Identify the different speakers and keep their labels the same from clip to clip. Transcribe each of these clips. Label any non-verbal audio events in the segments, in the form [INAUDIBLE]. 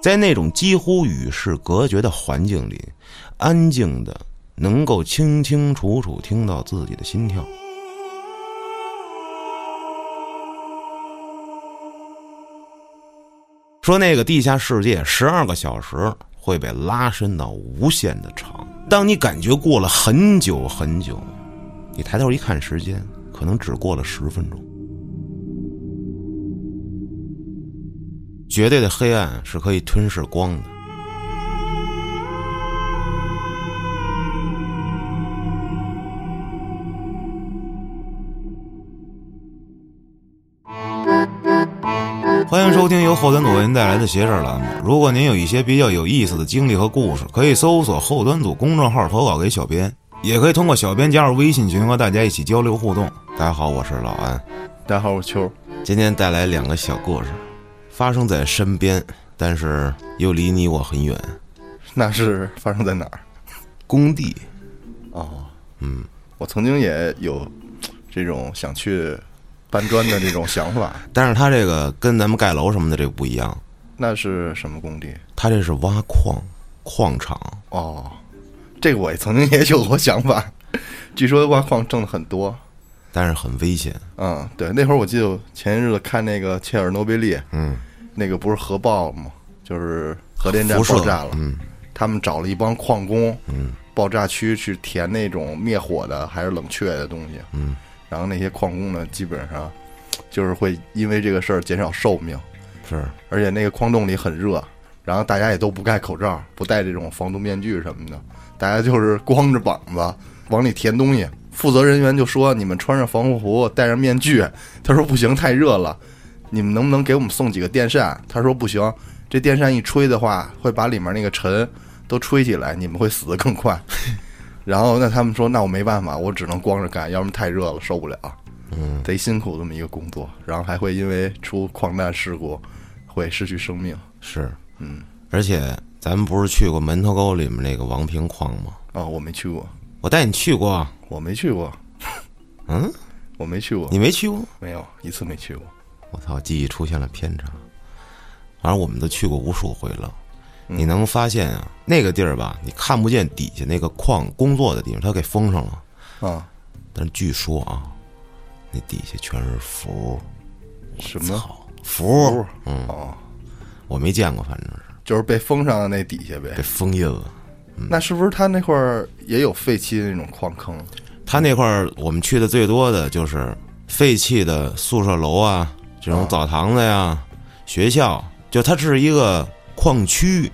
Speaker 1: 在那种几乎与世隔绝的环境里，安静的能够清清楚楚听到自己的心跳。说那个地下世界十二个小时会被拉伸到无限的长。当你感觉过了很久很久，你抬头一看时间，可能只过了十分钟。绝对的黑暗是可以吞噬光的。
Speaker 2: 欢迎收听由后端组为您带来的“邪事儿”栏目。如果您有一些比较有意思的经历和故事，可以搜索后端组公众号投稿给小编，也可以通过小编加入微信群和大家一起交流互动。
Speaker 1: 大家好，我是老安，
Speaker 3: 大家好，我是秋。
Speaker 1: 今天带来两个小故事，发生在身边，但是又离你我很远。
Speaker 3: 那是发生在哪儿？
Speaker 1: 工地，
Speaker 3: 哦，嗯，我曾经也有这种想去搬砖的这种想法。
Speaker 1: 但是它这个跟咱们盖楼什么的这不一样，
Speaker 3: 那是什么工地？
Speaker 1: 它这是挖矿矿场。
Speaker 3: 哦，这个我也曾经也有过想法。据说挖矿挣的很多。
Speaker 1: 但是很危险，
Speaker 3: 嗯，对，那会儿我记得我前些日子看那个切尔诺贝利，
Speaker 1: 嗯，
Speaker 3: 那个不是核爆了吗？就是核电站
Speaker 1: 辐射
Speaker 3: 爆炸了，
Speaker 1: 嗯，
Speaker 3: 他们找了一帮矿工，
Speaker 1: 嗯，
Speaker 3: 爆炸区去填那种灭火的还是冷却的东西，
Speaker 1: 嗯，
Speaker 3: 然后那些矿工呢，基本上就是会因为这个事儿减少寿命，
Speaker 1: 是
Speaker 3: 而且那个矿洞里很热，然后大家也都不盖口罩，不戴这种防毒面具什么的，大家就是光着膀子往里填东西。负责人员就说：“你们穿上防护服，戴上面具。”他说：“不行，太热了，你们能不能给我们送几个电扇？”他说：“不行，这电扇一吹的话，会把里面那个尘都吹起来，你们会死得更快。”然后那他们说：“那我没办法，我只能光着干，要不然太热了，受不了。”
Speaker 1: 嗯，
Speaker 3: 贼辛苦这么一个工作，然后还会因为出矿难事故，会失去生命。
Speaker 1: 是，
Speaker 3: 嗯，
Speaker 1: 而且咱们不是去过门头沟里面那个王平矿吗？
Speaker 3: 啊、我没去过，
Speaker 1: 我带你去过，啊
Speaker 3: 我没去过，
Speaker 1: 嗯，
Speaker 3: 我没去过，
Speaker 1: 你没去过？
Speaker 3: 没有一次没去过。
Speaker 1: 我操，记忆出现了偏差。反正我们都去过无数回了，
Speaker 3: 嗯
Speaker 1: 你能发现啊，那个地儿吧，你看不见底下那个矿工作的地方，它给封上了。
Speaker 3: 啊，
Speaker 1: 但是据说啊，那底下全是符，
Speaker 3: 什么？
Speaker 1: 好符，嗯，
Speaker 3: 哦，
Speaker 1: 我没见过，反正是
Speaker 3: 就是被封上的那底下呗
Speaker 1: 被。封印了。
Speaker 3: 那是不是他那块儿也有废弃的那种矿坑？
Speaker 1: 他那块儿我们去的最多的就是废弃的宿舍楼啊，这种澡堂子呀、学校，就它是一个矿区，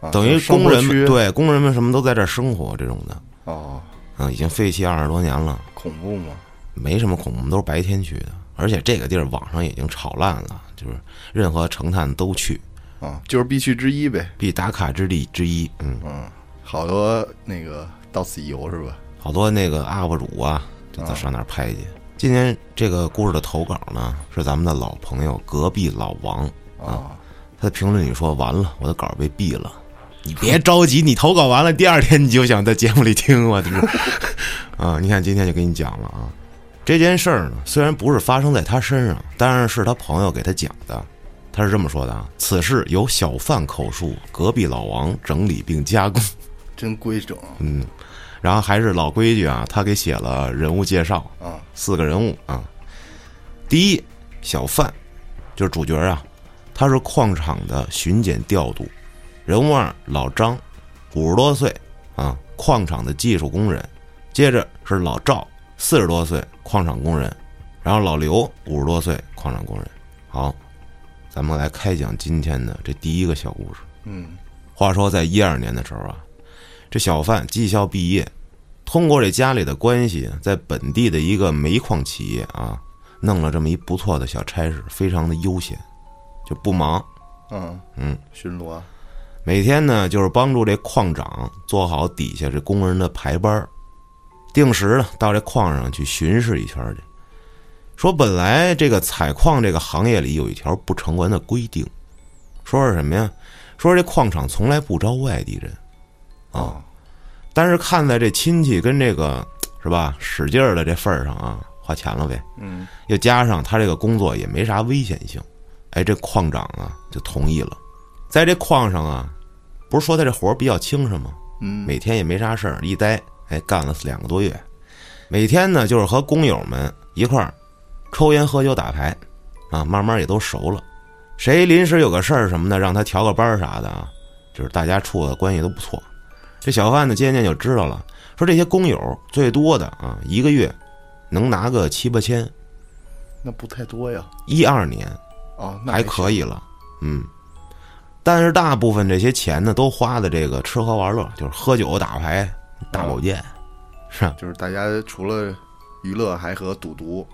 Speaker 3: 啊、
Speaker 1: 等于
Speaker 3: 就是商
Speaker 1: 工
Speaker 3: 铺
Speaker 1: 人
Speaker 3: 区
Speaker 1: 们对工人们什么都在这儿生活这种的，
Speaker 3: 哦，
Speaker 1: 啊，已经废弃二十多年了，
Speaker 3: 恐怖吗？
Speaker 1: 没什么恐怖，我们都是白天去的，而且这个地儿网上已经炒烂了，就是任何成探都去，
Speaker 3: 啊，就是必去之一呗。
Speaker 1: 必打卡之地之一，嗯，
Speaker 3: 嗯，好多那个到此一游是吧？
Speaker 1: 好多那个 UP 主啊，就都上那儿拍去。今天这个故事的投稿呢，是咱们的老朋友隔壁老王。
Speaker 3: 啊，
Speaker 1: 他在评论里说：“完了，我的稿被毙了。”你别着急，你投稿完了，第二天你就想在节目里听我，这是 [LAUGHS] 啊！你看今天就给你讲了啊。这件事儿呢，虽然不是发生在他身上，但是是他朋友给他讲的。他是这么说的啊：此事由小贩口述，隔壁老王整理并加工，
Speaker 3: 真规整
Speaker 1: 嗯然后还是老规矩啊，他给写了人物介绍，
Speaker 3: 啊！
Speaker 1: 四个人物啊。第一，小范，就是主角啊，他是矿场的巡检调度。人物二，老张，五十多岁啊，矿场的技术工人。接着是老赵，四十多岁，矿场工人。然后老刘，五十多岁，矿场工人。好，咱们来开讲今天的这第一个小故事。
Speaker 3: 嗯，
Speaker 1: 话说在一二年的时候啊，这小范技校毕业，通过这家里的关系，在本地的一个煤矿企业啊，弄了这么一不错的小差事，非常的悠闲，就不忙，
Speaker 3: 嗯
Speaker 1: 嗯，
Speaker 3: 巡逻
Speaker 1: 每天呢就是帮助这矿长做好底下这工人的排班儿，定时呢到这矿上去巡视一圈儿去。说本来这个采矿这个行业里有一条不成文的规定，说是什么呀？说这矿场从来不招外地人。哦
Speaker 3: 啊，
Speaker 1: 但是看在这亲戚跟这个是吧使劲儿的这份儿上啊，花钱了呗，
Speaker 3: 嗯
Speaker 1: 又加上他这个工作也没啥危险性，哎，这矿长啊就同意了，在这矿上啊，不是说他这活儿比较轻省吗？
Speaker 3: 嗯，
Speaker 1: 每天也没啥事儿，一待哎干了两个多月，每天呢就是和工友们一块儿抽烟喝酒打牌，啊，慢慢也都熟了。谁临时有个事儿什么的，让他调个班儿啥的啊，就是大家处的关系都不错。这小贩呢渐渐就知道了，说这些工友最多的啊一个月能拿个七八千，
Speaker 3: 那不太多呀。
Speaker 1: 一二年
Speaker 3: 哦，那
Speaker 1: 还可以了，嗯。但是大部分这些钱呢，都花在这个吃喝玩乐，就是喝酒、打牌、大保健，是吧？
Speaker 3: 还行，就是大家除了娱乐，还和赌徒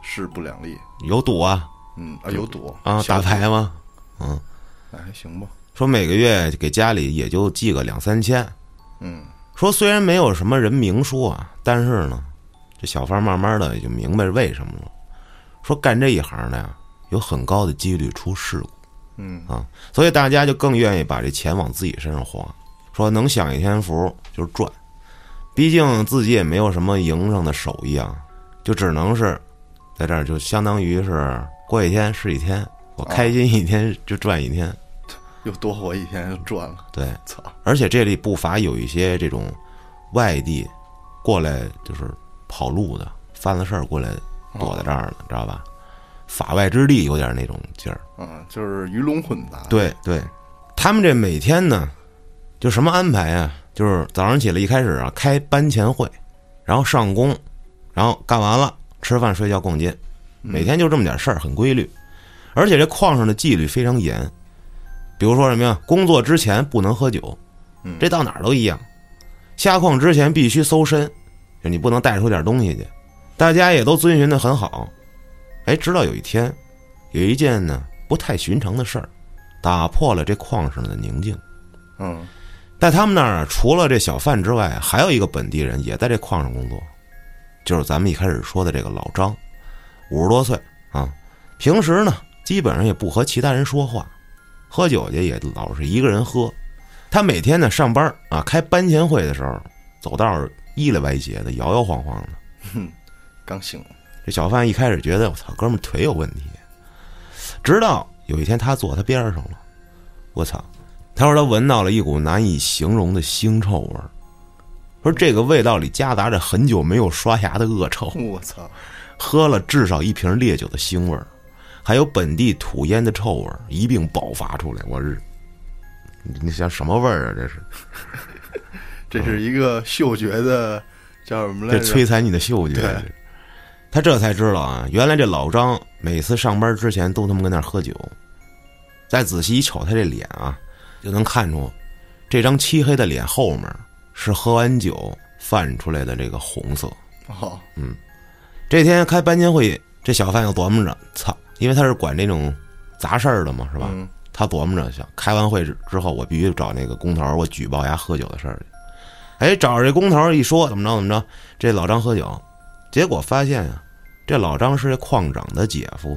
Speaker 3: 势不两立。
Speaker 1: 有赌啊
Speaker 3: 嗯啊，有赌
Speaker 1: 啊，
Speaker 3: 小
Speaker 1: 打
Speaker 3: 赌
Speaker 1: 牌吗？
Speaker 3: 那还行吧。
Speaker 1: 说每个月给家里也就寄个两三千。
Speaker 3: 嗯，
Speaker 1: 说虽然没有什么人明说啊，但是呢，这小贩慢慢的也就明白为什么了。说干这一行的呀，有很高的几率出事故。
Speaker 3: 嗯
Speaker 1: 啊，所以大家就更愿意把这钱往自己身上花，说能享一天福就是赚。毕竟自己也没有什么营生的手艺啊，就只能是在这儿就相当于是过一天是一天，我开心一天就赚一天。
Speaker 3: 又多活一天就赚了。
Speaker 1: 对，
Speaker 3: 操，
Speaker 1: 而且这里不乏有一些这种外地过来就是跑路的，犯了事儿过来躲在这儿呢，知道吧？法外之地有点那种劲儿。
Speaker 3: 嗯，就是鱼龙混杂。，
Speaker 1: 对对，他们这每天呢，就什么安排啊？就是早上起来一开始啊，开班前会，然后上工，然后干完了吃饭、睡觉、逛街，每天就这么点事儿，很规律。而且这矿上的纪律非常严，比如说什么呀？工作之前不能喝酒，这到哪儿都一样。下矿之前必须搜身，就你不能带出点东西去。大家也都遵循的很好。哎，直到有一天，有一件呢不太寻常的事儿。打破了这矿上的宁静。
Speaker 3: 嗯，
Speaker 1: 在他们那儿，除了这小贩之外，还有一个本地人也在这矿上工作，就是咱们一开始说的这个老张，五十多岁啊。平时呢，基本上也不和其他人说话，喝酒去也老是一个人喝。他每天呢上班啊，开班前会的时候，走道儿一里歪斜的，摇摇晃晃的。
Speaker 3: 刚醒。 [LAUGHS]
Speaker 1: 这小贩一开始觉得我操，哥们儿腿有问题，直到有一天他坐他边上了，我操！他说他闻到了一股难以形容的腥臭味儿，说这个味道里夹杂着很久没有刷牙的恶臭，
Speaker 3: 我操，
Speaker 1: 喝了至少一瓶烈酒的腥味儿，还有本地土烟的臭味儿一并爆发出来。我日，你你想什么味儿啊？这是
Speaker 3: 这是一个嗅觉的叫什么来
Speaker 1: 这
Speaker 3: 着？
Speaker 1: 摧残你的嗅觉
Speaker 3: 对。
Speaker 1: 他这才知道啊，原来这老张每次上班之前都他妈跟那儿喝酒。再仔细一瞅他这脸啊，就能看出，这张漆黑的脸后面是喝完酒泛出来的这个红色。
Speaker 3: 哦，
Speaker 1: 这天开班前会，这小贩又琢磨着，操，因为他是管这种杂事儿的嘛，是吧？
Speaker 3: 嗯
Speaker 1: 他琢磨着想，开完会之之后，我必须找那个工头儿，我举报他喝酒的事儿去。哎，找着这工头儿一说，怎么着怎么着，这老张喝酒，结果发现啊，这老张是这矿长的姐夫。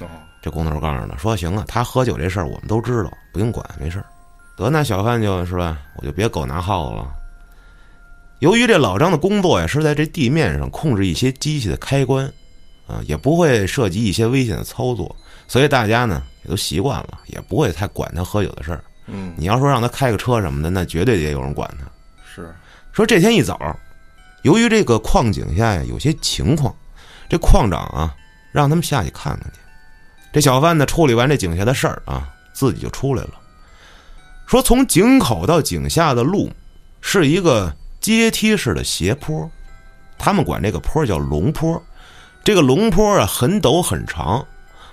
Speaker 3: 哦，
Speaker 1: 这工头儿告诉他说：“行了，他喝酒这事儿我们都知道，不用管，没事儿。”得，那小贩就是吧，我就别狗拿耗子了。由于这老张的工作呀是在这地面上控制一些机器的开关，啊，也不会涉及一些危险的操作，所以大家呢也都习惯了，也不会太管他喝酒的事儿。
Speaker 3: 嗯，
Speaker 1: 你要说让他开个车什么的，那绝对得有人管他。
Speaker 3: 是，
Speaker 1: 说这天一早，由于这个矿井下呀有些情况，这矿长啊让他们下去看看去。这小贩呢处理完这井下的事儿啊，自己就出来了。说从井口到井下的路是一个阶梯式的斜坡，他们管这个坡叫龙坡。这个龙坡啊很陡很长，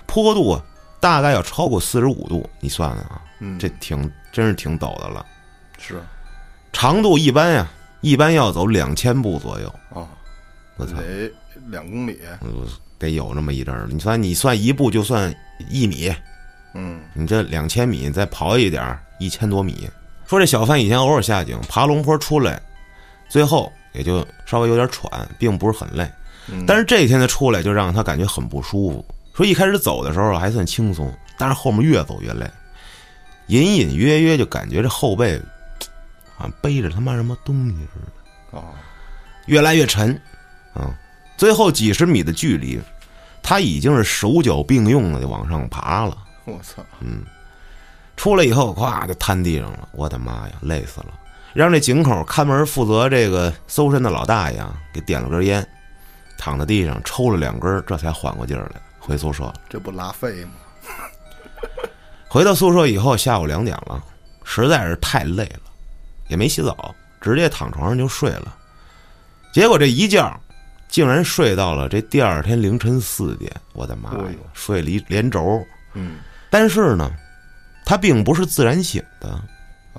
Speaker 1: 坡度啊大概要超过四十五度，你算算啊，
Speaker 3: 嗯，
Speaker 1: 这挺真是挺陡的了。
Speaker 3: 是
Speaker 1: 长度一般呀、一般要走两千步左右。
Speaker 3: 哦，
Speaker 1: 我操，
Speaker 3: 得两公里，
Speaker 1: 嗯得有那么一阵儿。你算，你算一步就算一米，
Speaker 3: 嗯，
Speaker 1: 你这两千米再刨一点儿，一千多米。说这小贩以前偶尔下井，爬龙坡出来，最后也就稍微有点喘，并不是很累。
Speaker 3: 嗯
Speaker 1: 但是这一天他出来就让他感觉很不舒服。说一开始走的时候还算轻松，但是后面越走越累，隐隐约约就感觉这后背好像背着他妈什么东西似的。
Speaker 3: 哦，
Speaker 1: 越来越沉，啊，最后几十米的距离，他已经是手脚并用了，就往上爬了。
Speaker 3: 我操，
Speaker 1: 出来以后，咵就瘫地上了。我的妈呀，累死了！让这井口看门负责这个搜身的老大爷啊，给点了根烟，躺在地上抽了两根，这才缓过劲儿来，回宿舍了。
Speaker 3: 这不拉肺吗？
Speaker 1: 回到宿舍以后，下午两点了，实在是太累了，也没洗澡，直接躺床上就睡了。结果这一觉，竟然睡到了这第二天凌晨四点，我的妈呀
Speaker 3: 哎呦，
Speaker 1: 睡了一连轴。
Speaker 3: 嗯
Speaker 1: 但是呢，他并不是自然醒的，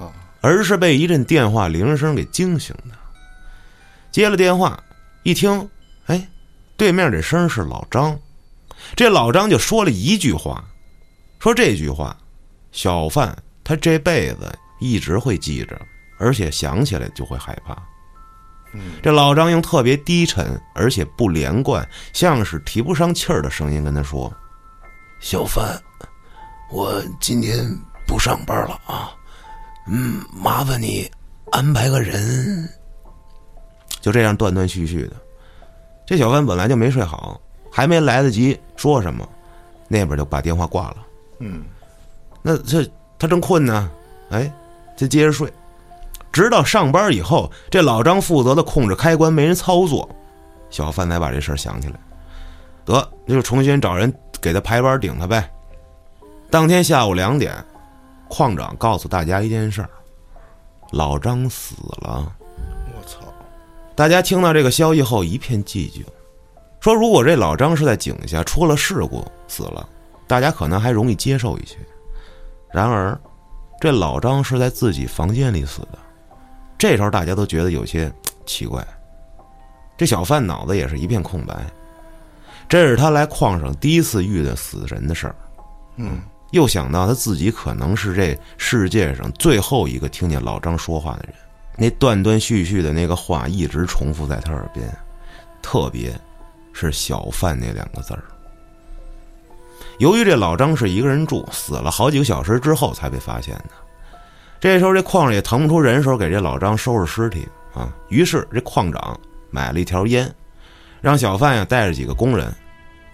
Speaker 3: 啊，
Speaker 1: 而是被一阵电话铃声给惊醒的。接了电话，一听，哎，对面这声是老张。这老张就说了一句话，说这句话，小范他这辈子一直会记着，而且想起来就会害怕。
Speaker 3: 嗯
Speaker 1: 这老张用特别低沉而且不连贯，像是提不上气儿的声音跟他说
Speaker 4: 小范，我今天不上班了啊，嗯，麻烦你安排个人。：“
Speaker 1: 就这样断断续续的。”这小范本来就没睡好，还没来得及说什么，那边就把电话挂了。
Speaker 3: 嗯，
Speaker 1: 那这他正困呢，哎，他接着睡，直到上班以后，这老张负责的控制开关没人操作，小范才把这事儿想起来，得那就重新找人给他排班顶他呗。当天下午两点，矿长告诉大家一件事儿：老张死了。
Speaker 3: 我操，
Speaker 1: 大家听到这个消息后一片寂静，说如果这老张是在井下出了事故死了，大家可能还容易接受一些。然而，这老张是在自己房间里死的，这时候大家都觉得有些嘖奇怪。这小贩脑子也是一片空白，这是他来矿上第一次遇到死神的事儿。
Speaker 3: 嗯，
Speaker 1: 又想到他自己可能是这世界上最后一个听见老张说话的人，那断断续续的那个话一直重复在他耳边，特别是“小贩”那两个字儿。由于这老张是一个人住，死了好几个小时之后才被发现的。这时候这矿上也腾不出人手给这老张收拾尸体啊，于是这矿长买了一条烟，让小贩呀带着几个工人，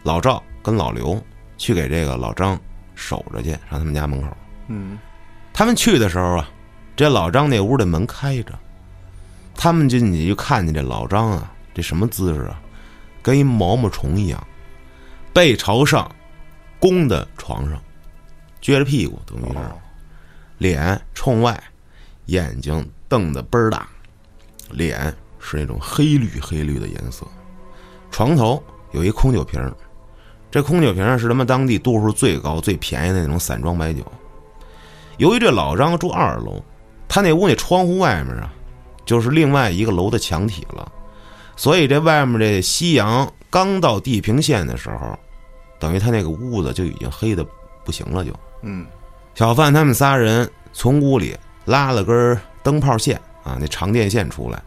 Speaker 1: 老赵跟老刘去给这个老张守着去，上他们家门口。
Speaker 3: 嗯，
Speaker 1: 他们去的时候啊，这老张那屋的门开着，他们进去就看见这老张啊，这什么姿势啊，跟一毛毛虫一样，背朝上，弓在床上，撅着屁股，等于是
Speaker 3: 哦
Speaker 1: 脸冲外，眼睛瞪得倍儿大，脸是那种黑绿黑绿的颜色。床头有一空酒瓶儿，这空酒瓶儿是他们当地度数最高、最便宜的那种散装白酒。由于这老张住二楼，他那屋那窗户外面啊，就是另外一个楼的墙体了，所以这外面这夕阳刚到地平线的时候，等于他那个屋子就已经黑的不行了就。
Speaker 3: 嗯，
Speaker 1: 小范他们仨人从屋里拉了根灯泡线啊，那长电线出来，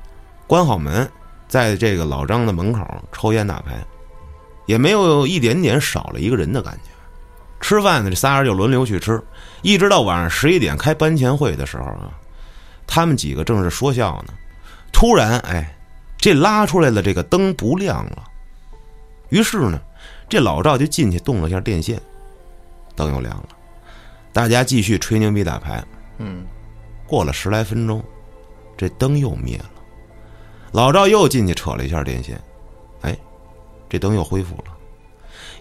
Speaker 1: 关好门，在这个老张的门口抽烟打牌，也没有一点点少了一个人的感觉。吃饭呢，这仨人就轮流去吃，一直到晚上十一点开班前会的时候啊，他们几个正是说笑呢，突然哎，这拉出来的这个灯不亮了，于是呢，这老赵就进去动了一下电线，灯又亮了。大家继续吹牛逼打牌。
Speaker 3: 嗯，
Speaker 1: 过了十来分钟，这灯又灭了。老赵又进去扯了一下电线，哎，这灯又恢复了。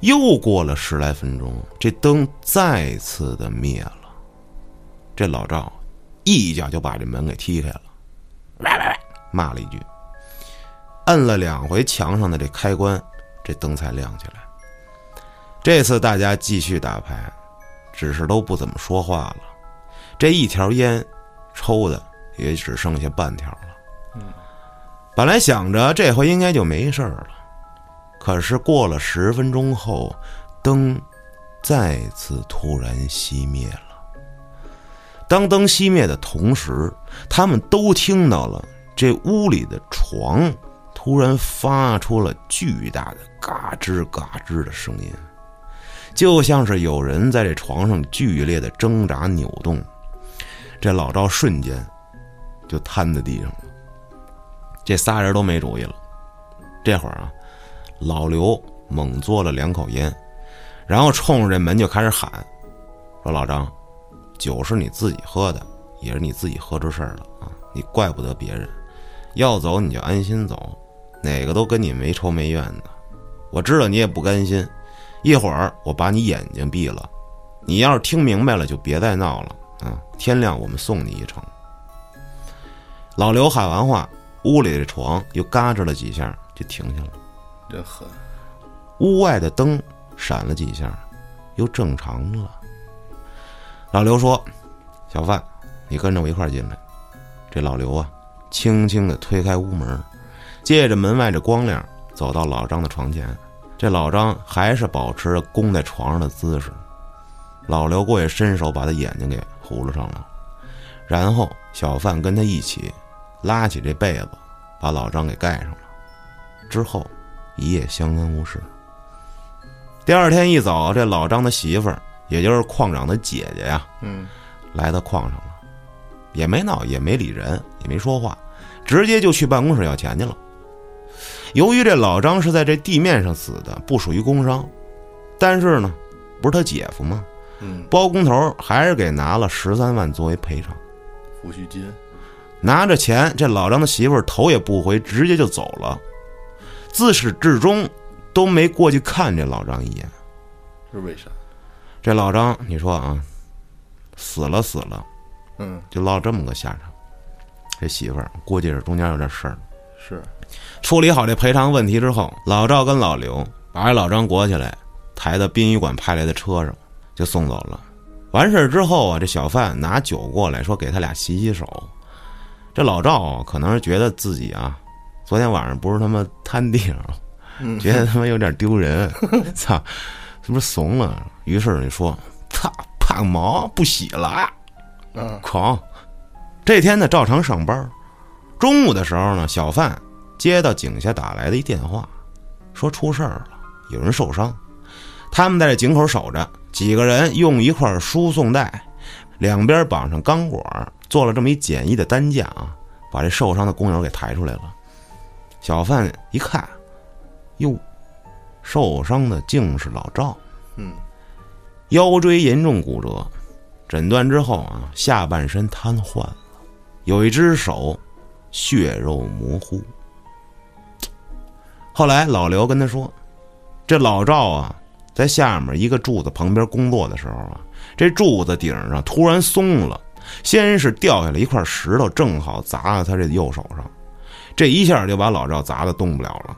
Speaker 1: 又过了十来分钟，这灯再次的灭了。这老赵一脚就把这门给踢开了，骂了一句，摁了两回墙上的这开关，这灯才亮起来。这次大家继续打牌，只是都不怎么说话了。这一条烟抽的也只剩下半条了。本来想着这回应该就没事儿了，可是过了十分钟后，灯再次突然熄灭了。当灯熄灭的同时，他们都听到了这屋里的床突然发出了巨大的嘎吱嘎吱的声音。就像是有人在这床上剧烈的挣扎扭动。这老赵瞬间就瘫在地上了。这仨人都没主意了。这会儿啊，老刘猛嘬了两口烟，然后冲着这门就开始喊：“说老张，酒是你自己喝的，也是你自己喝出事儿了啊，你怪不得别人。要走你就安心走，哪个都跟你没仇没怨的。我知道你也不甘心，一会儿我把你眼睛闭了，你要是听明白了就别再闹了啊！天亮我们送你一程。老刘喊完话，屋里的床又嘎吱了几下就停下了，
Speaker 3: 真狠，
Speaker 1: 屋外的灯闪了几下，又正常了。老刘说：“小范，你跟着我一块儿进来。”这老刘啊，轻轻地推开屋门，借着门外的光亮走到老张的床前。这老张还是保持着弓在床上的姿势。老刘过去伸手把他眼睛给糊了上了，然后小范跟他一起拉起这被子，把老张给盖上了。之后一夜相安无事。第二天一早，这老张的媳妇儿，也就是矿长的姐姐呀，
Speaker 3: 嗯，
Speaker 1: 来到矿上了，也没闹，也没理人，也没说话，直接就去办公室要钱去了。由于这老张是在这地面上死的，不属于工伤，但是呢，不是他姐夫吗？
Speaker 3: 嗯，
Speaker 1: 包工头还是给拿了十三万作为赔偿。
Speaker 3: 抚恤金，
Speaker 1: 拿着钱，这老张的媳妇儿头也不回，直接就走了，自始至终都没过去看这老张一眼。
Speaker 3: 是为啥？
Speaker 1: 这老张，你说啊，死了死了，
Speaker 3: 嗯，
Speaker 1: 就落这么个下场。这媳妇儿估计是中间有点事儿。
Speaker 3: 是，
Speaker 1: 处理好这赔偿问题之后，老赵跟老刘把这老张裹起来，抬到殡仪馆派来的车上，就送走了。完事儿之后啊，这小贩拿酒过来说给他俩洗洗手。这老赵啊可能是觉得自己啊，昨天晚上不是他妈摊地上了，
Speaker 3: 嗯，
Speaker 1: 觉得他妈有点丢人，操，是不是怂了？于是就说：“操，胖毛不洗了啊。”
Speaker 3: 嗯，
Speaker 1: 狂。这天呢，照常上班。中午的时候呢，小范接到井下打来的一电话，说出事儿了，有人受伤。他们在这井口守着，几个人用一块输送带，两边绑上钢管，做了这么一简易的担架啊，把这受伤的工友给抬出来了。小范一看，哟，受伤的竟是老赵，
Speaker 3: 嗯，
Speaker 1: 腰椎严重骨折，诊断之后啊，下半身瘫痪了，有一只手血肉模糊。后来老刘跟他说，这老赵啊，在下面一个柱子旁边工作的时候啊，这柱子顶上突然松了，先是掉下来一块石头，正好砸在他这右手上，这一下就把老赵砸得动不了了。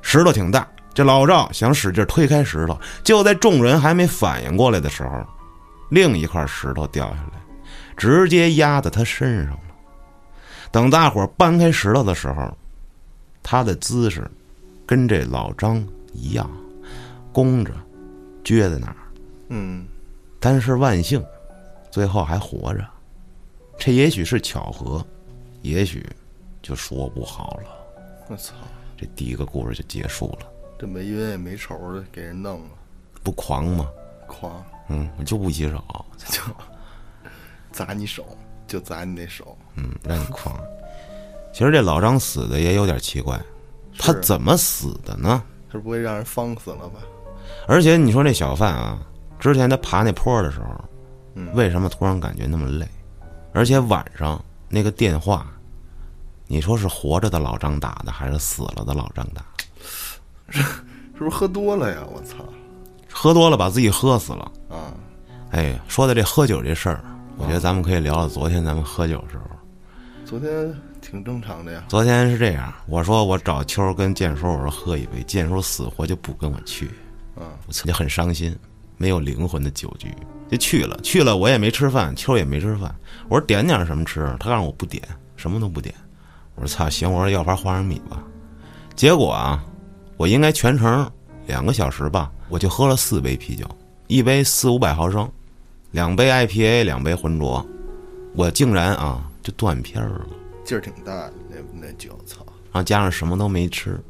Speaker 1: 石头挺大，这老赵想使劲推开石头，就在众人还没反应过来的时候，另一块石头掉下来，直接压在他身上了。等大伙儿搬开石头的时候，他的姿势跟这老张一样，弓着，撅在那儿。
Speaker 3: 嗯，
Speaker 1: 但是万幸，最后还活着。这也许是巧合，也许就说不好了。
Speaker 3: 我操，
Speaker 1: 这第一个故事就结束了，
Speaker 3: 这没冤也没仇的给人弄了，
Speaker 1: 不狂吗？
Speaker 3: 狂，
Speaker 1: 嗯，我就不洗手，
Speaker 3: 就砸你手，就砸你那手，
Speaker 1: 嗯，让你狂。其实这老张死的也有点奇怪，他
Speaker 3: 是
Speaker 1: 怎么死的呢？
Speaker 3: 他不会让人方死了吧？
Speaker 1: 而且你说这小贩啊，之前他爬那坡的时候，
Speaker 3: 嗯
Speaker 1: 为什么突然感觉那么累？而且晚上那个电话，你说是活着的老张打的，还是死了的老张打？
Speaker 3: 是不是喝多了呀？我操，
Speaker 1: 喝多了把自己喝死了。
Speaker 3: 啊，
Speaker 1: 哎呀，说到这喝酒这事儿，我觉得咱们可以聊聊昨天咱们喝酒的时候。
Speaker 3: 昨天挺正常的呀，
Speaker 1: 昨天是这样，我说我找秋儿跟建叔，我说喝一杯，建叔死活就不跟我去，
Speaker 3: 嗯，
Speaker 1: 我曾经很伤心，没有灵魂的酒局就去了，去了我也没吃饭，秋儿也没吃饭，我说点点什么吃，他告诉我不点，什么都不点，我说操行，我说要盘花生米吧，结果啊，我应该全程两个小时吧，我就喝了四杯啤酒，一杯四五百毫升，两杯 IPA，两杯浑浊，我竟然啊就断片儿了。
Speaker 3: 劲儿挺大的，那那酒，操，
Speaker 1: 然后加上什么都没吃，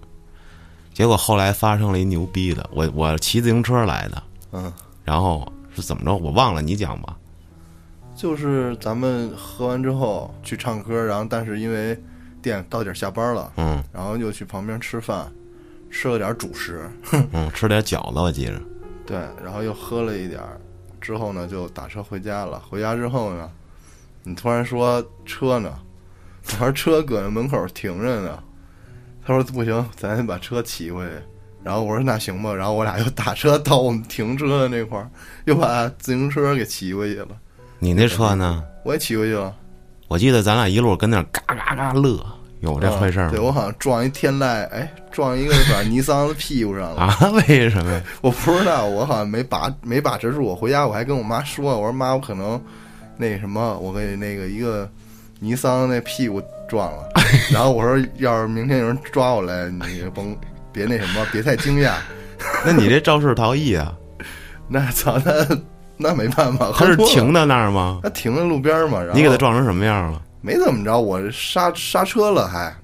Speaker 1: 结果后来发生了一牛逼的，我我骑自行车来的，
Speaker 3: 嗯。
Speaker 1: 然后是怎么着我忘了，你讲吧。
Speaker 3: 就是咱们喝完之后去唱歌，然后但是因为店到点下班了，
Speaker 1: 嗯
Speaker 3: 然后又去旁边吃饭，吃了点主食，
Speaker 1: 嗯，吃点饺子我记着，
Speaker 3: 对，然后又喝了一点儿之后呢，就打车回家了。回家之后呢，你突然说车呢？我说车搁那门口停着呢。他说不行，咱得把车骑回去。然后我说那行吧。然后我俩又打车到我们停车的那块儿，又把自行车给骑回去了。
Speaker 1: 你那车呢？
Speaker 3: 我也骑回去了。
Speaker 1: 我记得咱俩一路跟那儿嘎嘎嘎乐，有这回事儿
Speaker 3: 啊对
Speaker 1: 吗？
Speaker 3: 我好像撞一天籁，哎，撞一个把尼桑的屁股上了。
Speaker 1: 啊？ [LAUGHS] 为什么呀？
Speaker 3: [LAUGHS] 我不知道，我好像没把没把持住。我回家我还跟我妈说，我说妈，我可能那什么，我给那个一个尼桑那屁股撞了。然后我说，要是明天有人抓我来，你也甭别那什么，别太惊讶。
Speaker 1: 那你这肇事逃逸
Speaker 3: [LAUGHS]
Speaker 1: 啊？
Speaker 3: 那操，那那没办法，
Speaker 1: 他是
Speaker 3: 喝多了
Speaker 1: 停，在那儿吗？
Speaker 3: 他停在路边嘛。然后
Speaker 1: 你给他撞成什么样了？
Speaker 3: 没怎么着，我刹刹车了还。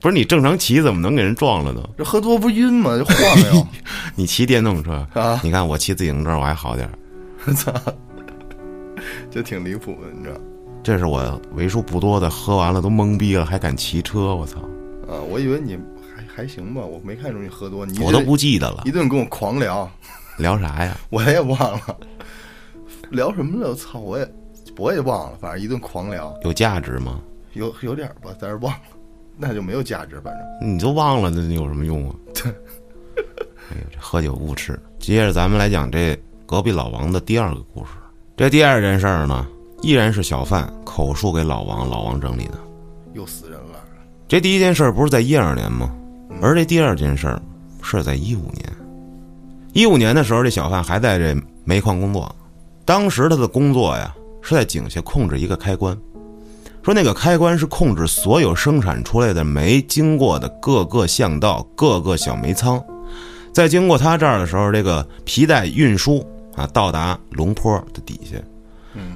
Speaker 1: 不是你正常骑怎么能给人撞了呢？
Speaker 3: 这喝多不晕吗？就晃
Speaker 1: [LAUGHS]
Speaker 3: 悠，
Speaker 1: 你骑电动车
Speaker 3: 啊
Speaker 1: 你看我骑自行车我还好点儿，
Speaker 3: 操，就挺离谱的，你知道？
Speaker 1: 这是我为数不多的喝完了都懵逼了还敢骑车，我操！
Speaker 3: 啊，我以为你还还行吧，我没看出你喝多，你
Speaker 1: 我都
Speaker 3: 这
Speaker 1: 不记得了
Speaker 3: 一，顿跟我狂聊，
Speaker 1: 聊啥呀？
Speaker 3: 我也忘了聊什么了。我操，我也我也忘了，反正一顿狂聊，
Speaker 1: 有价值吗？
Speaker 3: 有有点儿吧，但是忘了，那就没有价值，反正
Speaker 1: 你都忘了，那有什么用啊？哎呀，这喝酒误吃。接着咱们来讲这隔壁老王的第二个故事。这第二件事儿呢，依然是小贩口述给老王，老王整理的。
Speaker 3: 又死人了。
Speaker 1: 这第一件事儿不是在一二年吗？而这第二件事儿是在一五年。一五年的时候，这小贩还在这煤矿工作，当时他的工作呀是在井下控制一个开关，说那个开关是控制所有生产出来的煤经过的各个巷道、各个小煤仓，在经过他这儿的时候，这个皮带运输啊到达龙坡的底下，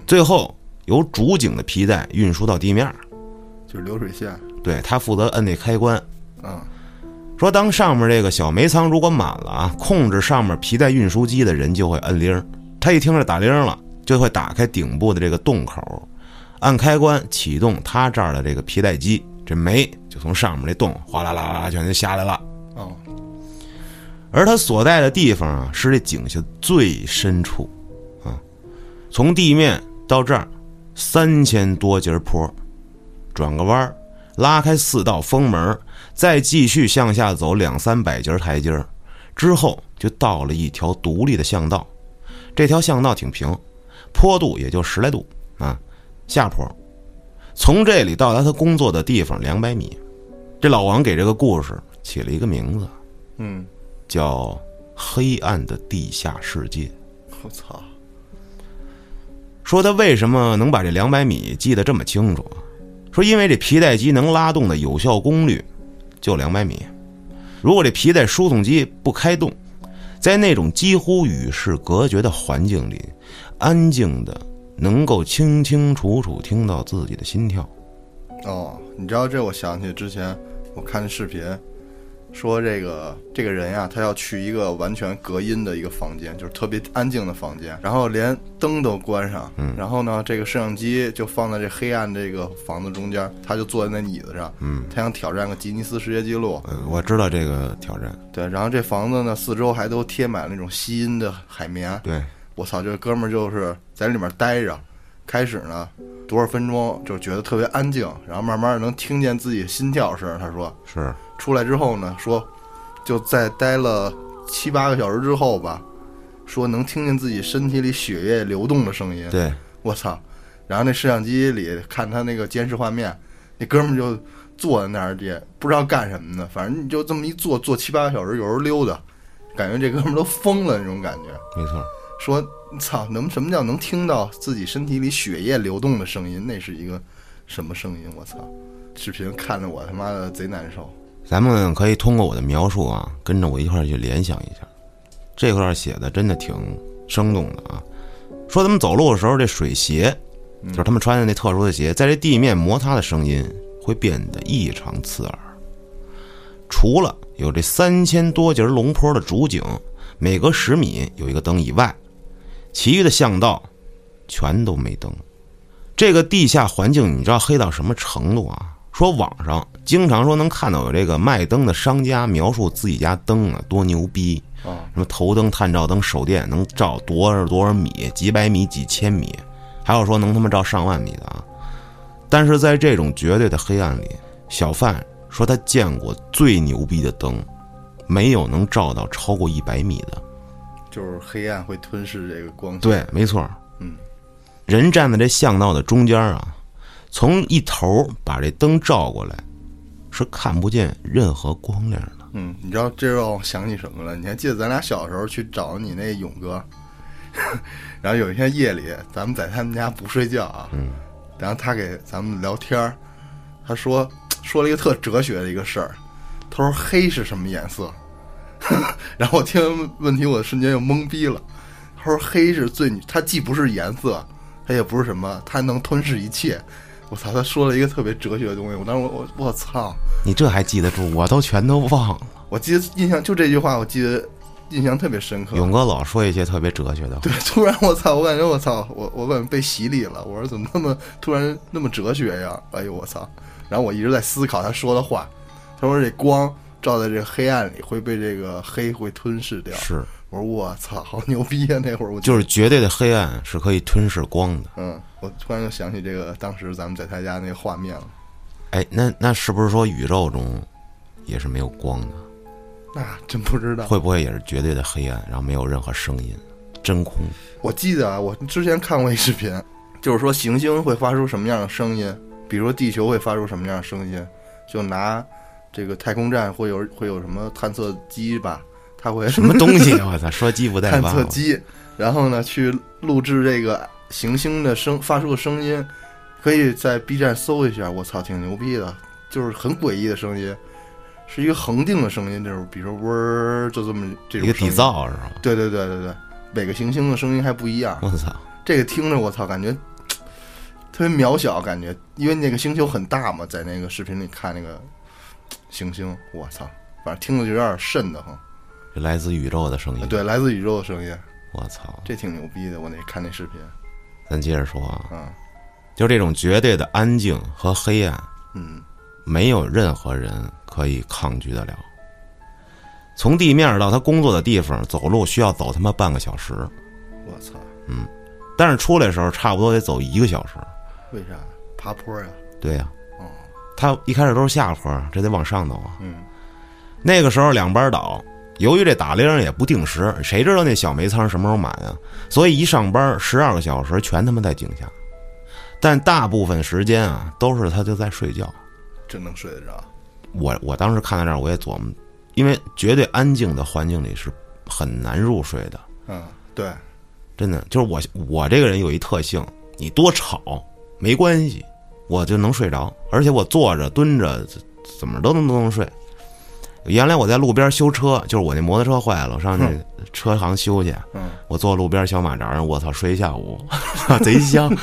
Speaker 1: 最后由主井的皮带运输到地面儿，
Speaker 3: 就是流水线，
Speaker 1: 对他负责摁那开关，
Speaker 3: 嗯，
Speaker 1: 说当上面这个小煤仓如果满了啊，控制上面皮带运输机的人就会摁铃儿。他一听这打铃儿了，就会打开顶部的这个洞口，按开关启动他这儿的这个皮带机，这煤就从上面这洞哗啦啦啦啦全就下来了。
Speaker 3: 哦，
Speaker 1: 而他所在的地方啊，是这井下最深处，啊，从地面到这儿三千多节坡，转个弯儿，拉开四道风门儿，再继续向下走两三百节台阶儿，之后就到了一条独立的巷道。这条巷道挺平，坡度也就十来度啊，下坡。从这里到达他工作的地方两百米，这老王给这个故事起了一个名字，
Speaker 3: 嗯，
Speaker 1: 叫《黑暗的地下世界》。
Speaker 3: 我操，
Speaker 1: 说他为什么能把这两百米记得这么清楚啊？说因为这皮带机能拉动的有效功率就两百米，如果这皮带输送机不开动，在那种几乎与世隔绝的环境里，安静的能够清清楚楚听到自己的心跳。
Speaker 3: 哦，你知道这我想起之前我看那视频，说这个这个人呀、他要去一个完全隔音的一个房间，就是特别安静的房间，然后连灯都关上，然后呢，这个摄像机就放在这黑暗这个房子中间，他就坐在那椅子上，嗯，他想挑战个吉尼斯世界纪录，
Speaker 1: 嗯，我知道这个挑战，
Speaker 3: 对，然后这房子呢四周还都贴满那种吸音的海绵，
Speaker 1: 对，
Speaker 3: 我操，这哥们儿就是在里面待着，开始呢多少分钟就觉得特别安静，然后慢慢能听见自己心跳声。他说
Speaker 1: 是
Speaker 3: 出来之后呢，说就再待了七八个小时之后吧，说能听见自己身体里血液流动的声音。
Speaker 1: 对，
Speaker 3: 我操！然后那摄像机里看他那个监视画面，那哥们儿就坐在那儿也不知道干什么呢，反正你就这么一坐坐七八个小时，有时候溜达，感觉这哥们儿都疯了那种感觉。
Speaker 1: 没错。
Speaker 3: 说操，能什么叫能听到自己身体里血液流动的声音？那是一个什么声音？我操！视频看得我他妈的贼难受。
Speaker 1: 咱们可以通过我的描述啊，跟着我一块儿去联想一下。这块儿写的真的挺生动的啊。说他们走路的时候，这水鞋，就是他们穿的那特殊的鞋，在这地面摩擦的声音会变得异常刺耳。除了有这三千多节龙坡的主井，每隔十米有一个灯以外，其余的巷道全都没灯。这个地下环境，你知道黑到什么程度啊？说网上经常说能看到有这个卖灯的商家描述自己家灯啊多牛逼，
Speaker 3: 啊
Speaker 1: 什么头灯、探照灯、手电能照多少多少米、几百米、几千米，还有说能他妈照上万米的啊。但是在这种绝对的黑暗里，小范说他见过最牛逼的灯，没有能照到超过一百米的。
Speaker 3: 就是黑暗会吞噬这个光线。
Speaker 1: 对，没错。
Speaker 3: 嗯，
Speaker 1: 人站在这巷道的中间啊，从一头把这灯照过来，是看不见任何光亮的。
Speaker 3: 嗯，你知道这让我想起什么了？你还记得咱俩小时候去找你那勇哥， [LAUGHS] 然后有一天夜里，咱们在他们家不睡觉啊，然后他给咱们聊天儿，他说说了一个特哲学的一个事儿，他说黑是什么颜色？ [LAUGHS] 然后我听完问题，我瞬间就懵逼了。他说黑是最，它既不是颜色，它也不是什么，它能吞噬一切。我操，他说了一个特别哲学的东西，我当时我我我操！
Speaker 1: 你这还记得住？我都全都忘了。
Speaker 3: 我记得印象就这句话，我记得印象特别深刻。
Speaker 1: 勇哥老说一些特别哲学的话。
Speaker 3: 对， [LAUGHS] 突然我操，我感觉我操，我我感觉被洗礼了。我说怎么那么突然那么哲学呀？哎呦我操！然后我一直在思考他说的话，他说这光照在这个黑暗里会被这个黑会吞噬掉。
Speaker 1: 是，
Speaker 3: 我说我操，好牛逼呀、那会儿我
Speaker 1: 就是绝对的黑暗是可以吞噬光的。
Speaker 3: 嗯，我突然就想起这个当时咱们在他家那个画面了。
Speaker 1: 哎，那那是不是说宇宙中也是没有光的？
Speaker 3: 那真不知道，
Speaker 1: 会不会也是绝对的黑暗，然后没有任何声音，真空？
Speaker 3: 我记得啊，我之前看过一视频， [LAUGHS] 就是说行星会发出什么样的声音，比如说地球会发出什么样的声音，就拿这个太空站会有会有什么探测机吧，它会
Speaker 1: 什么东
Speaker 3: [LAUGHS]
Speaker 1: 西？我操，说鸡不带
Speaker 3: 探
Speaker 1: 八
Speaker 3: 测
Speaker 1: 卦。
Speaker 3: 机，然后呢去录制这个行星的声发出的声音，可以在 B 站搜一下，我操，挺牛逼的，就是很诡异的声音，是一个恒定的声音，就是比如说嗡儿，就这么这
Speaker 1: 一
Speaker 3: 种
Speaker 1: 个
Speaker 3: 声
Speaker 1: 底
Speaker 3: 音，
Speaker 1: 噪是吧？
Speaker 3: 对对对对对，每个行星的声音还不一样。
Speaker 1: 我操！
Speaker 3: 这个听着我操，感觉特别渺小，感觉因为那个星球很大嘛，在那个视频里看那个行星，我操，反正听着就有点瘆得慌。
Speaker 1: 这来自宇宙的声音。
Speaker 3: 对，来自宇宙的声音，
Speaker 1: 我操！
Speaker 3: 这挺牛逼的。我那看那视频，
Speaker 1: 咱接着说啊，
Speaker 3: 嗯
Speaker 1: 就这种绝对的安静和黑暗，
Speaker 3: 嗯，
Speaker 1: 没有任何人可以抗拒得了。从地面到他工作的地方，走路需要走他妈半个小时，
Speaker 3: 我操，
Speaker 1: 但是出来的时候差不多得走一个小时。
Speaker 3: 为啥爬坡呀、
Speaker 1: 对呀、
Speaker 3: 哦
Speaker 1: 他一开始都是下坡，这得往上走啊。
Speaker 3: 嗯，
Speaker 1: 那个时候两班倒，由于这打铃儿也不定时，谁知道那小煤仓什么时候满啊？所以一上班十二个小时全他妈在井下，但大部分时间啊都是他就在睡觉。
Speaker 3: 真能睡得着。
Speaker 1: 我我当时看到这儿，我也琢磨，因为绝对安静的环境里是很难入睡的，
Speaker 3: 嗯，对， [LAUGHS]
Speaker 1: 真的就是我我这个人有一特性，你多吵没关系，我就能睡着，而且我坐着蹲着怎么都能都能睡。原来我在路边修车，就是我那摩托车坏了，我上那车行修去，
Speaker 3: 嗯
Speaker 1: 我坐路边小马扎上，我操，睡一下午， [LAUGHS] 啊贼香。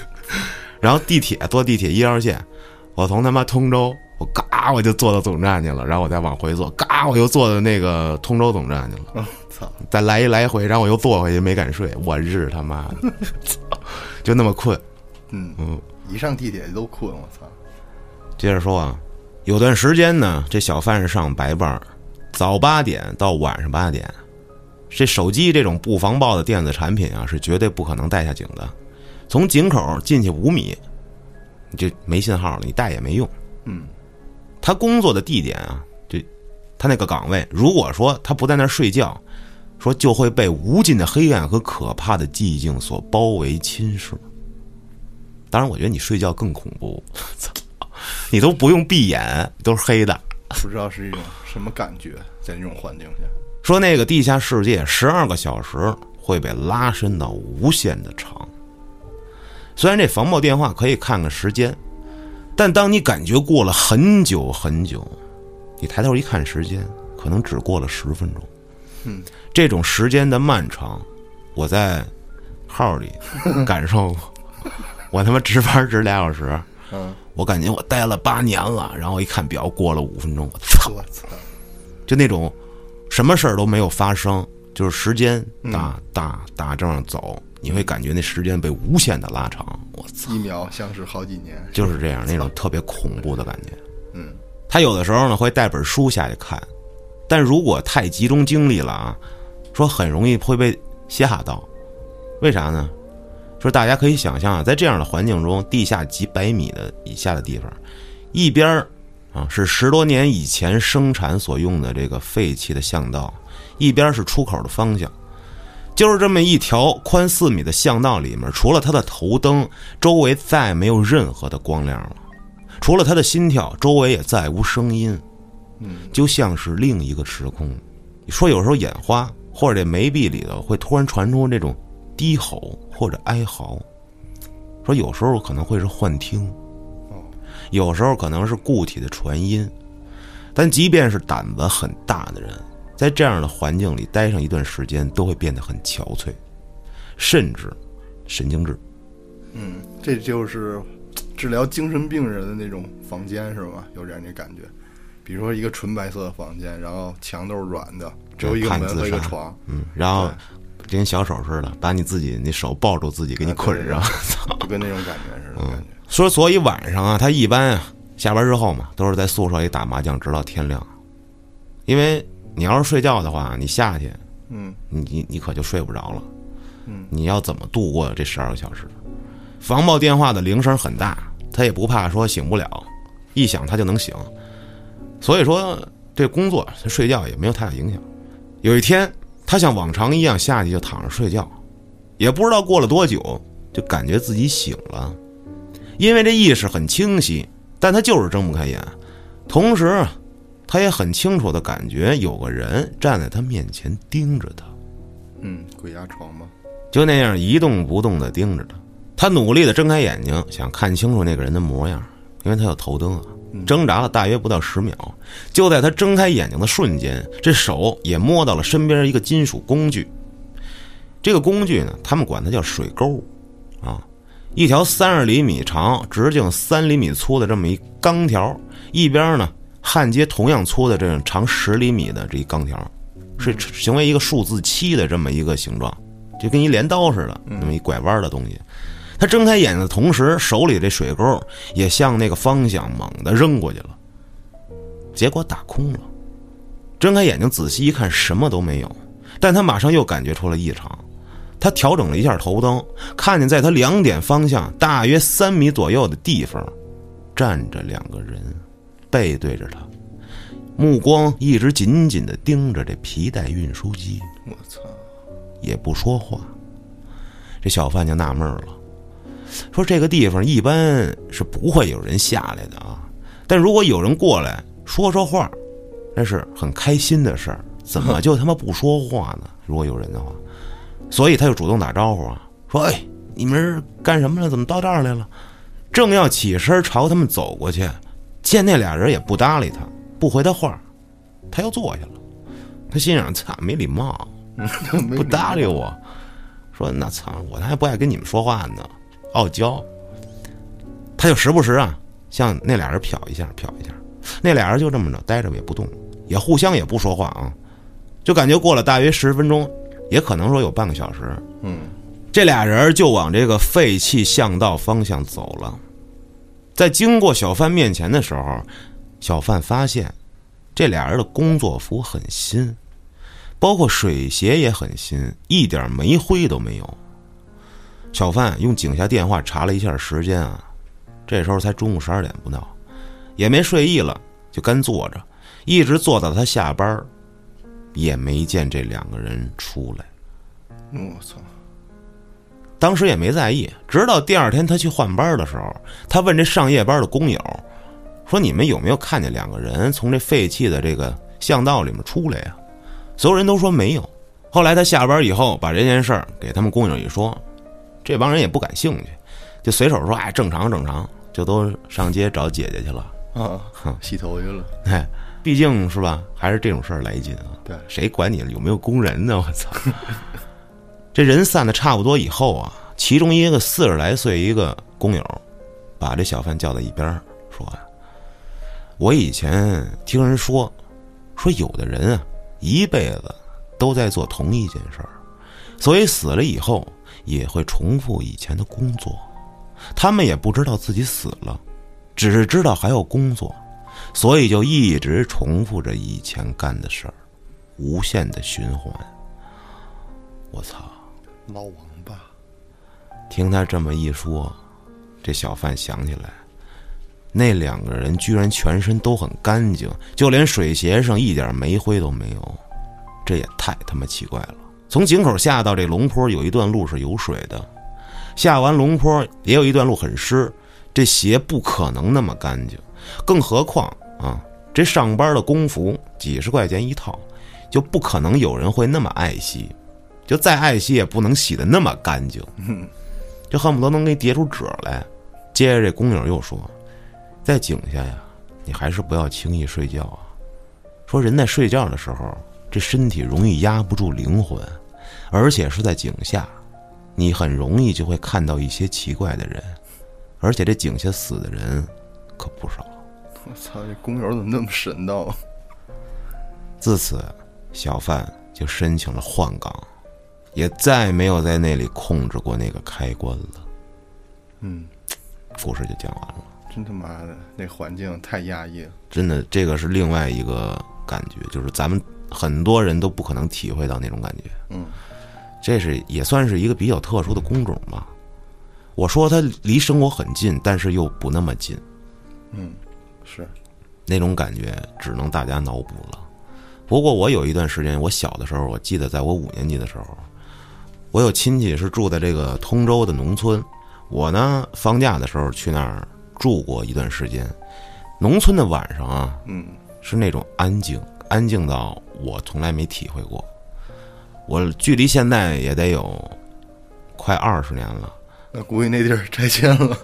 Speaker 1: [LAUGHS] 然后地铁坐地铁一号线，我从他妈通州，我嘎我就坐到总站去了，然后我再往回坐，嘎我又坐到那个通州总站去了。
Speaker 3: 嗯，操，
Speaker 1: 再来一来回，然后我又坐回去，没敢睡。我日他妈的， [LAUGHS] 操就那么困。
Speaker 3: 嗯
Speaker 1: 嗯，
Speaker 3: 一上地铁就都困，我操，
Speaker 1: 接着说啊，有段时间呢，这小贩上白班儿，早八点到晚上八点。这手机这种不防爆的电子产品啊，是绝对不可能带下井的。从井口进去五米，你就没信号了，你带也没用。
Speaker 3: 嗯，
Speaker 1: 他工作的地点啊，这他那个岗位，如果说他不在那儿睡觉，说就会被无尽的黑暗和可怕的寂静所包围侵蚀。当然，我觉得你睡觉更恐怖，操，你都不用闭眼，都是黑的。
Speaker 3: 不知道是一种什么感觉，在那种环境下，
Speaker 1: 说那个地下世界十二个小时会被拉伸到无限的长。虽然这防爆电话可以看看时间，但当你感觉过了很久很久，你抬头一看时间，可能只过了十分钟。
Speaker 3: 嗯，
Speaker 1: 这种时间的漫长，我在号里感受过。我他妈值班值俩小时，
Speaker 3: 嗯，
Speaker 1: 我感觉我待了八年了。然后一看表，过了五分钟，我操！
Speaker 3: 我操，
Speaker 1: 就那种什么事儿都没有发生，就是时间大大大这样走，你会感觉那时间被无限的拉长。我操，
Speaker 3: 一秒像是好几年，
Speaker 1: 就是这样那种特别恐怖的感觉。
Speaker 3: 嗯，
Speaker 1: 他有的时候呢会带本书下去看，但如果太集中精力了啊，说很容易会被吓到。为啥呢？说大家可以想象啊，在这样的环境中，地下几百米的以下的地方，一边儿啊是十多年以前生产所用的这个废弃的巷道，一边儿是出口的方向。就是这么一条宽四米的巷道里面，除了它的头灯，周围再没有任何的光亮了；除了它的心跳，周围也再无声音。就像是另一个时空。说有时候眼花或者这眉壁里头会突然传出这种低吼或者哀嚎，说有时候可能会是幻听，有时候可能是固体的传音。但即便是胆子很大的人，在这样的环境里待上一段时间，都会变得很憔悴，甚至神经质。
Speaker 3: 这就是嘖治疗精神病人的那种房间是吗？有点那感觉，比如说一个纯白色的房间，然后墙都是软的，只有一个
Speaker 1: 看
Speaker 3: 门
Speaker 1: 自
Speaker 3: 和一个
Speaker 1: 杀
Speaker 3: 床，
Speaker 1: 嗯，然后跟小手似的，把你自己那手抱住自己，给你捆上。
Speaker 3: 就跟那种感觉似的，感觉。
Speaker 1: 说， [LAUGHS] 所以晚上啊，他一般啊下班之后嘛，都是在宿舍里打麻将，直到天亮。因为你要是睡觉的话，你下去，
Speaker 3: 嗯，
Speaker 1: 你你你可就睡不着了。
Speaker 3: 嗯，
Speaker 1: 你要怎么度过这十二个小时？防爆电话的铃声很大，他也不怕说醒不了，一响他就能醒。所以说，对工作睡觉也没有太大影响。有一天，他像往常一样下去就躺着睡觉，也不知道过了多久，就感觉自己醒了。因为这意识很清晰，但他就是睁不开眼。同时，他也很清楚的感觉有个人站在他面前盯着他，
Speaker 3: 嗯，鬼压床吗？
Speaker 1: 就那样一动不动的盯着他。他努力的睁开眼睛，想看清楚那个人的模样，因为他有头灯啊。挣扎了大约不到十秒，就在他睁开眼睛的瞬间，这手也摸到了身边一个金属工具。这个工具呢，他们管它叫水沟，啊，一条三十厘米长、直径三厘米粗的这么一钢条，一边呢焊接同样粗的这种长十厘米的这一钢条，是成为一个数字七的这么一个形状，就跟一镰刀似的，那么一拐弯的东西。他睁开眼的同时，手里这水沟也向那个方向猛地扔过去了，结果打空了。睁开眼睛仔细一看，什么都没有，但他马上又感觉出了异常。他调整了一下头灯，看见在他两点方向大约三米左右的地方，站着两个人，背对着他，目光一直紧紧地盯着这皮带运输机。
Speaker 3: 我操！
Speaker 1: 也不说话。这小贩就纳闷了，说这个地方一般是不会有人下来的啊，但如果有人过来说说话，那是很开心的事儿，怎么就他妈不说话呢？如果有人的话，所以他就主动打招呼啊，说：“哎，你们是干什么了？怎么到这儿来了？”正要起身朝他们走过去，见那俩人也不搭理他，不回他话，他又坐下了。他心想：“操，没礼貌。”啊
Speaker 3: 嗯
Speaker 1: 不搭理我，说那操，我还不爱跟你们说话呢，傲娇。他就时不时啊，向那俩人瞟一下，瞟一下。那俩人就这么着待着也不动，也互相也不说话啊，就感觉过了大约十分钟，也可能说有半个小时。
Speaker 3: 嗯，
Speaker 1: 这俩人就往这个废弃巷道方向走了。在经过小贩面前的时候，小贩发现这俩人的工作服很新，包括水鞋也很新，一点煤灰都没有。小贩用警辖电话查了一下时间啊，这时候才中午十二点不到，也没睡意了，就干坐着，一直坐到他下班儿，也没见这两个人出来。
Speaker 3: 嗯我操！
Speaker 1: 当时也没在意，直到第二天他去换班的时候，他问这上夜班的工友，说你们有没有看见两个人从这废弃的这个巷道里面出来呀、所有人都说没有。后来他下班以后，把这件事儿给他们工友一说，这帮人也不感兴趣，就随手说：“哎，正常正常。”就都上街找姐姐去了。
Speaker 3: 啊，洗头去了。
Speaker 1: 哎，毕竟是吧，还是这种事儿来劲啊。
Speaker 3: 对
Speaker 1: 谁管你有没有工人呢？我操！ [LAUGHS] 这人散的差不多以后啊，其中一个四十来岁一个工友，把这小贩叫到一边儿说啊：“我以前听人说，说有的人啊，一辈子都在做同一件事儿，所以死了以后也会重复以前的工作。他们也不知道自己死了，只是知道还有工作。所以就一直重复着以前干的事儿，无限的循环。我操！
Speaker 3: 捞王八，
Speaker 1: 听他这么一说，这小贩想起来，那两个人居然全身都很干净，就连水鞋上一点煤灰都没有，这也太他妈奇怪了。从井口下到这龙坡有一段路是有水的，下完龙坡也有一段路很湿，这鞋不可能那么干净，更何况啊，这上班的工服几十块钱一套，就不可能有人会那么爱惜，就再爱惜也不能洗得那么干净。就恨不得能给你叠出褶来。接着这工友又说，在井下呀，你还是不要轻易睡觉啊。说人在睡觉的时候，这身体容易压不住灵魂，而且是在井下，你很容易就会看到一些奇怪的人，而且这井下死的人可不少。
Speaker 3: 我操，这工友怎么那么神道啊？
Speaker 1: 自此，小贩就申请了换岗，也再没有在那里控制过那个开关了。
Speaker 3: 嗯，
Speaker 1: 故事就讲完了。
Speaker 3: 真他妈的，那环境太压抑了。
Speaker 1: 真的，这个是另外一个感觉，就是咱们很多人都不可能体会到那种感觉。
Speaker 3: 嗯，
Speaker 1: 这是也算是一个比较特殊的工种吧。我说它离生活很近，但是又不那么近，
Speaker 3: 嗯，是，
Speaker 1: 那种感觉只能大家脑补了。不过我有一段时间，我小的时候，我记得在我五年级的时候，我有亲戚是住在这个通州的农村，我呢放假的时候去那儿住过一段时间。农村的晚上啊，
Speaker 3: 嗯，
Speaker 1: 是那种安静，安静到我从来没体会过。我距离现在也得有快二十年了，
Speaker 3: 那估计那地儿 [LAUGHS] 拆迁了。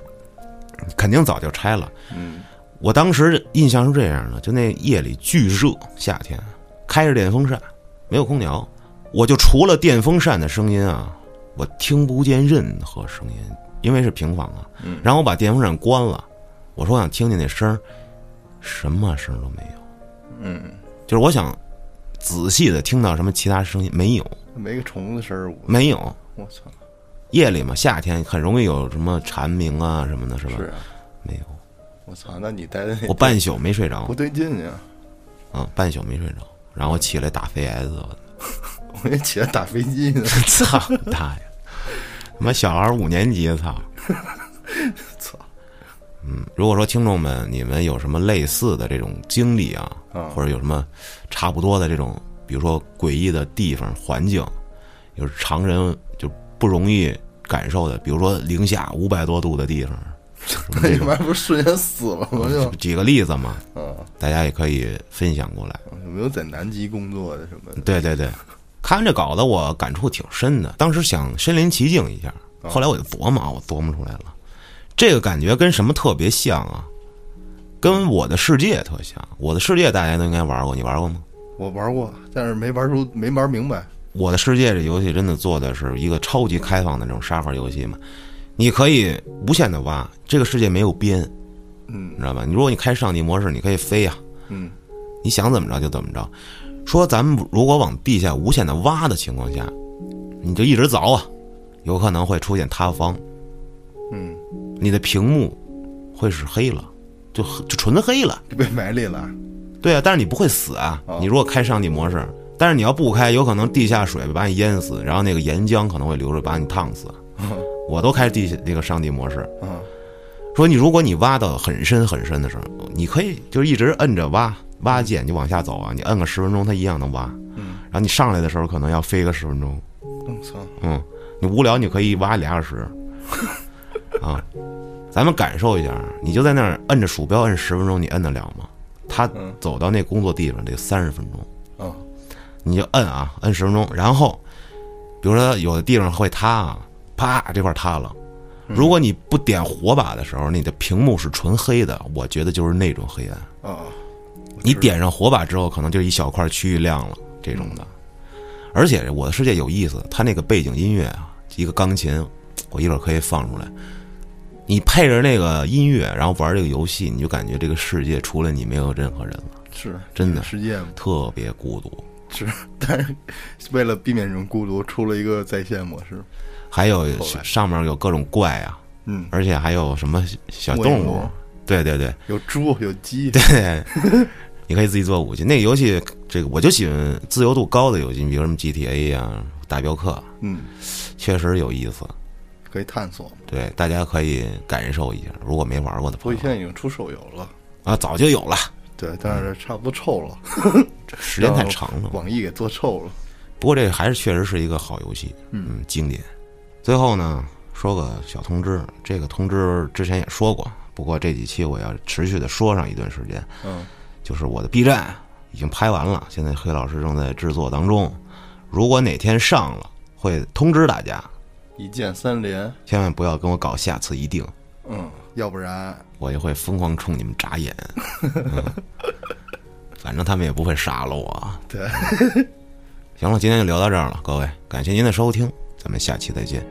Speaker 1: 肯定早就拆了。
Speaker 3: 嗯，
Speaker 1: 我当时印象是这样的，就那夜里巨热，夏天开着电风扇，没有空调，我就除了电风扇的声音啊，我听不见任何声音，因为是平房啊。
Speaker 3: 嗯
Speaker 1: 然后我把电风扇关了，我说我想听见那声儿，什么声儿都没有。
Speaker 3: 嗯，
Speaker 1: 就是我想仔细的听到什么其他声音，没有，
Speaker 3: 没个虫子声儿，我
Speaker 1: 没有。
Speaker 3: 我操，
Speaker 1: 夜里嘛，夏天很容易有什么蝉鸣啊什么的，是吧？
Speaker 3: 是啊，
Speaker 1: 没有，
Speaker 3: 我操，那你待在那
Speaker 1: 我半宿没睡着
Speaker 3: [LAUGHS] 不，对劲呀、
Speaker 1: 嗯，半宿没睡着，然后起来打飞 S，
Speaker 3: [LAUGHS] 我也起来打飞机
Speaker 1: [LAUGHS]
Speaker 3: 呢。
Speaker 1: 操大爷！他妈小孩五年级，操！
Speaker 3: [LAUGHS] 操！
Speaker 1: 嗯，如果说听众们你们有什么类似的这种经历啊，
Speaker 3: 啊
Speaker 1: 或者有什么差不多的这种，比如说诡异的地方环境，就是常人就不容易感受的，比如说零下五百多度的地方，
Speaker 3: [LAUGHS]
Speaker 1: 什么
Speaker 3: 那
Speaker 1: 这
Speaker 3: 他妈不是瞬间死了吗？就
Speaker 1: 种举个例子嘛，
Speaker 3: 啊，
Speaker 1: 大家也可以分享过来。
Speaker 3: 有没有在南极工作的什么的？
Speaker 1: 对对对，看这稿子我感触挺深的，当时想身临其境一下，后来我就琢磨，啊，我琢磨出来了，这个感觉跟什么特别像啊？跟我的世界特像，我的世界大家都应该玩过，你玩过吗？
Speaker 3: 我玩过，但是没玩出，没玩明白。
Speaker 1: 我的世界这游戏真的做的是一个超级开放的那种沙盒游戏嘛，你可以无限的挖，这个世界没有边，
Speaker 3: 嗯
Speaker 1: 你知道吧？你如果你开上帝模式，你可以飞呀、
Speaker 3: 嗯，
Speaker 1: 你想怎么着就怎么着。说咱们如果往地下无限的挖的情况下，你就一直凿啊，有可能会出现塌方，
Speaker 3: 嗯，
Speaker 1: 你的屏幕会是黑了，就黑就纯黑了。
Speaker 3: 就被埋里了。
Speaker 1: 对啊，但是你不会死啊
Speaker 3: 哦，
Speaker 1: 你如果开上帝模式，但是你要不开，有可能地下水把你淹死，然后那个岩浆可能会流着把你烫
Speaker 3: [LAUGHS]
Speaker 1: 死。我都开地下那个上帝模式，
Speaker 3: 啊，
Speaker 1: 说你如果你挖到很深很深的时候，你可以就一直摁着挖挖键，你往下走啊，你摁个十分钟，它一样能挖。
Speaker 3: 嗯，
Speaker 1: 然后你上来的时候可能要飞个十分钟，
Speaker 3: 我操，
Speaker 1: 嗯，你无聊你可以挖俩小时，啊，咱们感受一下，你就在那儿摁着鼠标摁十分钟，你摁得了吗？他
Speaker 3: 嗯
Speaker 1: 走到那工作地方得三十分钟，
Speaker 3: 啊，
Speaker 1: 你就摁啊，摁十分钟，然后，比如说有的地方会塌啊，啪这块塌了。如果你不点火把的时候，你的屏幕是纯黑的，我觉得就是那种黑暗。
Speaker 3: 啊，
Speaker 1: 你点上火把之后，可能就一小块区域亮了这种的。而且我的世界有意思，它那个背景音乐啊，一个钢琴，我一会儿可以放出来。你配着那个音乐，然后玩这个游戏，你就感觉这个世界除了你没有任何人了，
Speaker 3: 是
Speaker 1: 真的
Speaker 3: 世界
Speaker 1: 特别孤独。
Speaker 3: 是， [LAUGHS] 但是为了避免这种孤独，出了一个在线模式。
Speaker 1: 还有
Speaker 3: 来
Speaker 1: 上面有各种怪啊，
Speaker 3: 嗯，
Speaker 1: 而且还有什么小动
Speaker 3: 末
Speaker 1: 物
Speaker 3: 影，
Speaker 1: 对对对
Speaker 3: 有猪有鸡， [LAUGHS]
Speaker 1: 对，你可以自己做武器。那个游戏，这个我就喜欢自由度高的游戏，你比如什么 GTA 呀、大啊镖客，
Speaker 3: 嗯，
Speaker 1: 确实有意思。
Speaker 3: 可以探索。
Speaker 1: 对，大家可以感受一下。如果没玩过的
Speaker 3: 不
Speaker 1: 朋
Speaker 3: 过
Speaker 1: 友
Speaker 3: 现在已经出手游了，
Speaker 1: 啊，早就有了，
Speaker 3: 对，但是差不多臭了，
Speaker 1: 嗯时间太长了。
Speaker 3: 网易给做臭了。
Speaker 1: 不过这还是确实是一个好游戏，嗯，经典。最后呢，说个小通知，这个通知之前也说过，不过这几期我要持续的说上一段时间。
Speaker 3: 嗯，
Speaker 1: 就是我的 B 站已经拍完了，现在黑老师正在制作当中。如果哪天上了，会通知大家，
Speaker 3: 一键三连，
Speaker 1: 千万不要跟我搞下次一定，
Speaker 3: 嗯，要不然
Speaker 1: 我就会疯狂冲你们眨眼。嗯、反正他们也不会杀了我。嗯
Speaker 3: 对。
Speaker 1: 行了，今天就聊到这儿了，各位，感谢您的收听，咱们下期再见。